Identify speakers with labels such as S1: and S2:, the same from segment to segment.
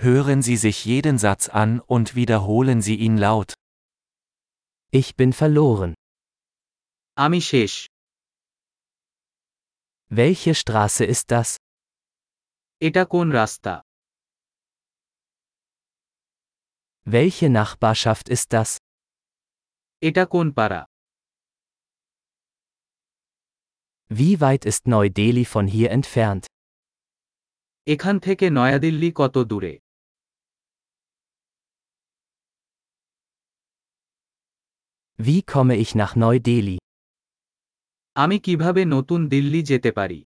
S1: Hören Sie sich jeden Satz an und wiederholen Sie ihn laut.
S2: Ich bin verloren.
S3: আমি শেষ
S2: Welche Straße ist das?
S3: এটা কোন রাস্তা
S2: Welche Nachbarschaft ist das?
S3: এটা কোন পাড়া
S2: Wie weit ist Neu-Delhi von hier entfernt?
S3: এখান থেকে নয়াদিল্লি কত দূরে
S2: Wie komme ich nach Neu-Delhi?
S3: আমি কিভাবে নতুন দিল্লি যেতে পারি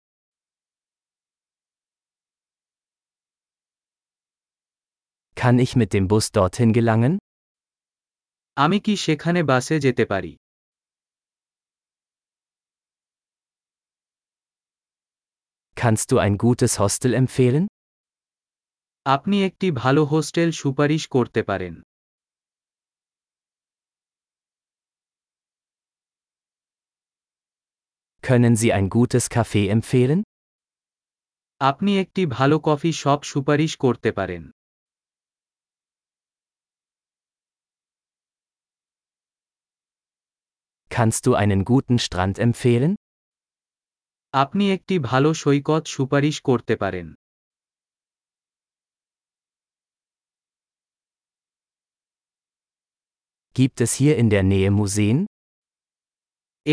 S2: Kann ich mit dem Bus dorthin gelangen?
S3: আমি কি সেখানে বাসে যেতে পারি
S2: Kannst du ein gutes Hostel empfehlen?
S3: আপনি একটি ভালো হোস্টেল সুপারিশ করতে পারেন
S2: Können Sie ein gutes Café empfehlen?
S3: আপনি একটি ভালো কফি শপ সুপারিশ করতে পারেন
S2: Kannst du einen guten Strand empfehlen?
S3: আপনি একটি ভালো সৈকত সুপারিশ করতে পারেন
S2: Gibt es hier in der Nähe Museen?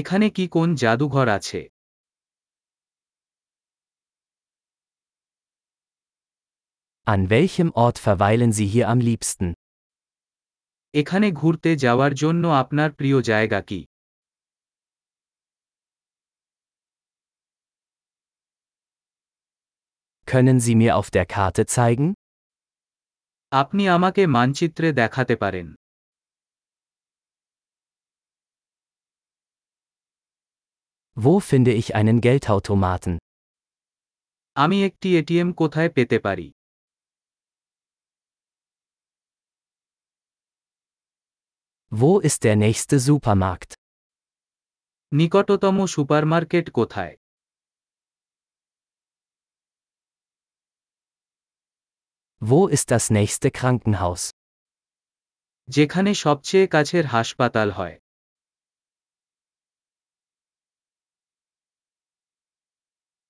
S3: এখানে কি কোন জাদুঘর আছে
S2: An welchem Ort verweilen Sie hier am liebsten?
S3: এখানে ঘুরতে যাওয়ার জন্য আপনার প্রিয় জায়গা কি
S2: Können Sie mir auf der Karte zeigen?
S3: আপনি আমাকে মানচিত্রে দেখাতে পারেন
S2: Wo finde ich einen Geldautomaten?
S3: আমি একটি এটিএম কোথায় পেতে পারি
S2: Wo ist der nächste Supermarkt?
S3: নিকটতম সুপারমার্কেট কোথায়
S2: Wo ist das nächste Krankenhaus?
S3: যেখানে সবচেয়ে কাছের হাসপাতাল হয়